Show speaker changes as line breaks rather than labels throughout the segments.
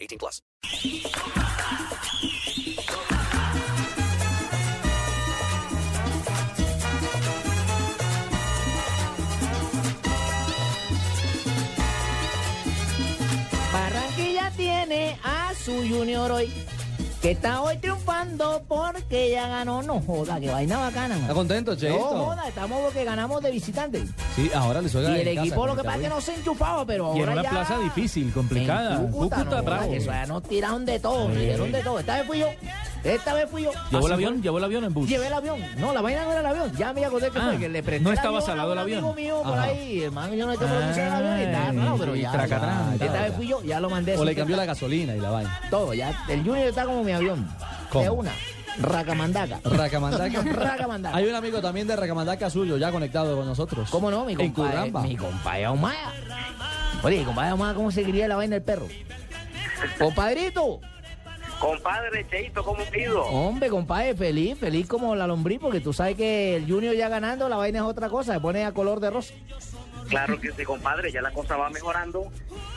18 plus.
Barranquilla tiene a su Junior hoy, que está hoy triunfando porque ya ganó. No joda, que vaina bacana. man.
¿Está contento,
No
Cheito?
joda, estamos porque ganamos de visitantes.
Sí, ahora le
Y
juega
el
en casa
equipo lo que
contra
pasa es que no se enchufaba, pero ahora
Y en una
ya
plaza difícil,
en
complicada.
Cúcuta,
Cúcuta,
no,
bravo.
que eso ya nos tiraron de todo, nos dieron de todo. Esta vez fui yo, esta vez fui yo.
¿Llevó el
Así
avión? ¿Llevó el avión en bus?
Llevé el avión. No, la vaina no era el avión. Ya me acordé que
Ah,
fue que le presté
no estaba
a
salado el
un
avión.
amigo mío por
Ajá. Ah,
ahí. Hermano, yo no estaba por el avión y estaba salado, pero
y
ya.
tracatrán,
ya, Esta
tal,
vez
ya.
fui yo, ya lo mandé.
Boy. O
sin
le cambió
que-
la gasolina y la vaina.
Todo, ya. El Junior está como mi avión.
¿Cómo?
De una. Racamandaca.
Racamandaca.
Racamandaca.
Hay un amigo también de Racamandaca suyo, ya conectado con nosotros.
¿Cómo no? Mi
En
compadre.
Curramba.
Mi compadre Omaya. Oye, compadre Omaya, ¿cómo se quería la vaina del perro? Compadrito.
Compadre Cheito, ¿cómo ha ido?
Hombre, compadre, feliz, feliz como la lombriz, porque tú sabes que el Junior ya ganando, la vaina es otra cosa, se pone a color de rosa.
Claro que sí, compadre, ya la cosa va mejorando,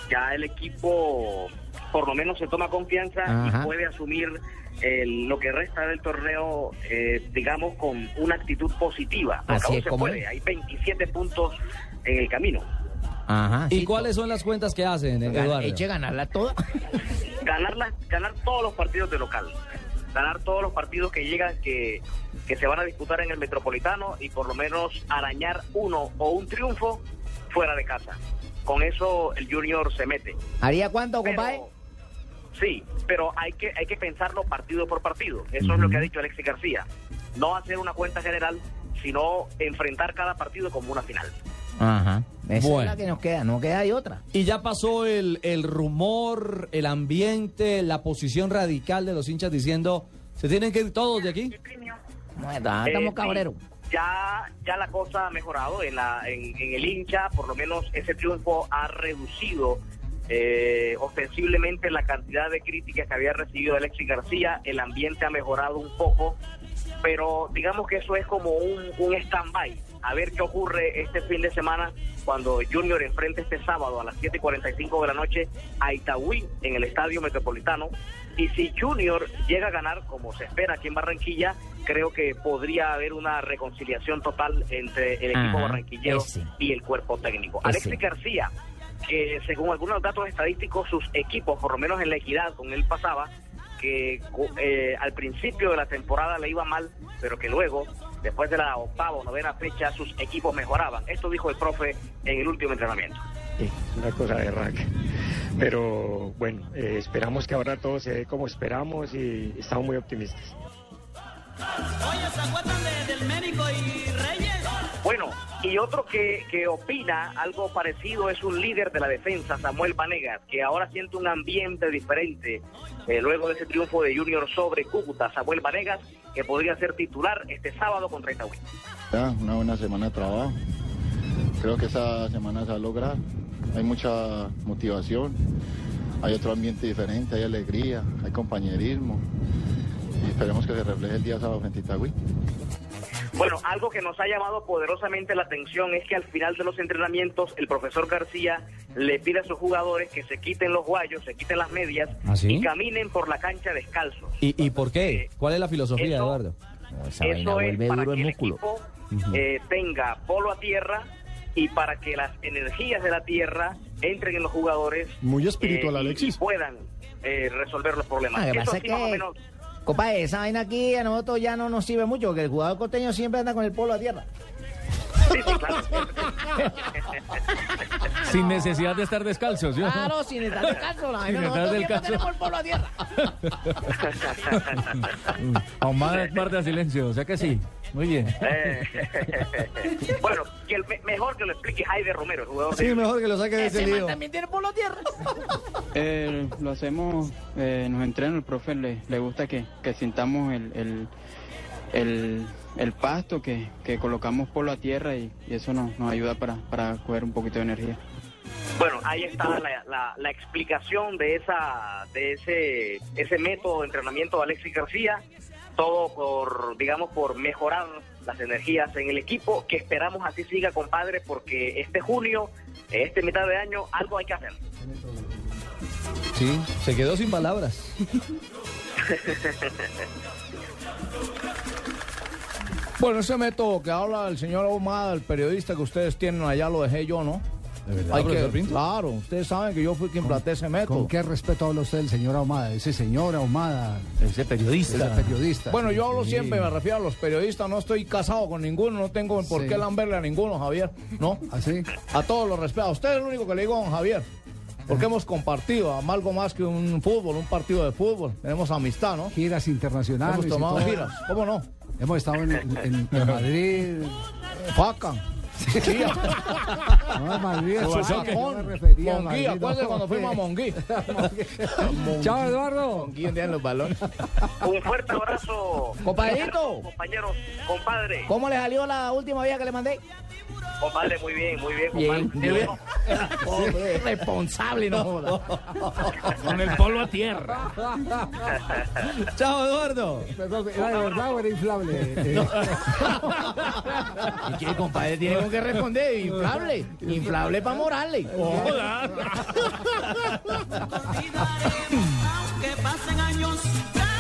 ya el equipo por lo menos se toma confianza
Ajá.
y puede asumir eh, lo que resta del torneo, eh, digamos, con una actitud positiva. Porque
Así
aún
es
se
como
puede,
es.
hay 27 puntos en el camino.
Ajá.
¿Y cuáles son las cuentas que hacen, Eduardo?
Eche ganarla toda.
Ganar, las- ganar todos los partidos de local, ganar todos los partidos que llegan, que, que se van a disputar en el Metropolitano y por lo menos arañar uno o un triunfo fuera de casa. Con eso el Junior se mete.
¿Haría cuánto,
Pero-
compadre?
sí, pero hay que hay que pensarlo partido por partido. Eso es lo que ha dicho Alexis García. No hacer una cuenta general, sino enfrentar cada partido como una final.
Ajá. Esa es
Bueno.
la que nos queda, no queda de otra.
Y ya pasó el, el rumor, el ambiente, la posición radical de los hinchas diciendo, se tienen que ir todos de aquí.
No, está-
Eh,
estamos
sí,
cabreros.
ya, ya la cosa ha mejorado en, la, en, en el hincha, por lo menos ese triunfo ha reducido eh, ostensiblemente la cantidad de críticas que había recibido Alexis García, el ambiente ha mejorado un poco, pero digamos que eso es como un, un stand-by, a ver qué ocurre este fin de semana cuando Junior enfrente este sábado a las 7.45 de la noche a Itagüí en el Estadio Metropolitano. Y si Junior llega a ganar, como se espera aquí en Barranquilla, creo que podría haber una reconciliación total entre el equipo
Ajá,
barranquillero
ese.
y el cuerpo técnico.
Ese.
Alexis García, que según algunos datos estadísticos, sus equipos, por lo menos en la equidad con él pasaba, que co- eh, al principio de la temporada le iba mal, pero que luego, después de la octava o novena fecha, sus equipos mejoraban. Esto dijo el profe en el último entrenamiento.
Sí, es una cosa de raca. Pero bueno, eh, esperamos que ahora todo se dé como esperamos y estamos muy optimistas.
Bueno, y otro que, que opina algo parecido es un líder de la defensa, Samuel Vanegas, que ahora siente un ambiente diferente eh, luego de ese triunfo de Junior sobre Cúcuta. Samuel Vanegas, que podría ser titular este sábado contra Itaúí.
Ya, una buena semana de trabajo. Creo que esa semana se va a lograr. Hay mucha motivación, hay otro ambiente diferente, hay alegría, hay compañerismo. Y esperemos que se refleje el día sábado frente a Itagüí.
Bueno, algo que nos ha llamado poderosamente la atención es que al final de los entrenamientos el profesor García le pide a sus jugadores que se quiten los guayos, se quiten las medias
¿Ah, sí?
y caminen por la cancha descalzos. Eh,
¿Y, y por qué? ¿Cuál es la filosofía,
Eso-
Eduardo?
Esa vaina
Eso es
vuelve
para
duro
que
el
el
músculo.
equipo eh, tenga polo a tierra y para que las energías de la tierra entren en los jugadores.
Muy espiritual,
eh, y-
Alexis.
Y puedan eh, resolver los problemas.
Ah, que
Eso
pasa
sí,
que-
más o menos.
Compadre, esa vaina aquí a nosotros ya no nos sirve mucho, porque el jugador costeño siempre anda con el polo a tierra.
Sí, sí, claro.
Sin necesidad de estar descalzos, ¿sí o no?
Claro, sin estar descalzo. La vaina,
estar
nosotros siempre
descalzo.
tenemos el pueblo a tierra.
Ahumada es parte de silencio, o sea que sí. Muy bien.
Eh, bueno, que el me- mejor que lo explique Jaime Romero, el jugador
Sí,
de...
mejor que lo saque de ese
Ese man
lío.
también tiene pueblo a tierra.
Eh, lo hacemos, eh, nos entrena el profe, le, le gusta que, que sintamos el, el, el- el pasto, que, que colocamos polo a tierra y, y eso nos, nos ayuda para, para coger un poquito de energía.
Bueno, ahí está la, la- la explicación de esa de ese ese método de entrenamiento de Alexis García, todo por digamos por mejorar las energías en el equipo, que esperamos así siga, compadre, porque este junio, este mitad de año algo hay que hacer.
Sí, se quedó sin palabras.
Bueno, ese método que habla el señor Ahumada, el periodista que ustedes tienen allá, lo dejé yo, ¿no?
¿De verdad,
Hay que,
profesor Pinto?
claro, ustedes saben que yo fui quien planteé ese método.
respeto habla usted del señor Ahumada? Ese señor Ahumada,
Ese periodista.
periodista.
Bueno, yo hablo siempre, me refiero a los periodistas, no estoy casado con ninguno, no tengo por
Sí.
qué lamberle a ninguno, Javier, ¿no?
¿Así?
A todos los respeto, a usted es el único que le digo, don Javier, porque hemos compartido am- algo más que un fútbol, un partido de fútbol, tenemos amistad, ¿no?
Giras internacionales.
Hemos tomado giras, ¿cómo no?
Hemos estado en, Madrid.
Faca. Sí,
No, Madrid
a- Monguí, acuérdese cuando fuimos a Monguí.
Chao, Eduardo.
Monguí un día en los balones.
Un fuerte abrazo.
Compadrito.
Compañeros, compadre.
¿Cómo le salió la última vía que le mandé?
Compadre, muy bien, muy bien,
Bien.
compadre.
Hombre, responsable, no joda.
Con el polo a tierra.
Chao, Eduardo.
Era de verdad o era inflable.
¿Y qué, compadre? Tiene que responder. Inflable. Inflable para Morales.
Joda.
Aunque pasen años,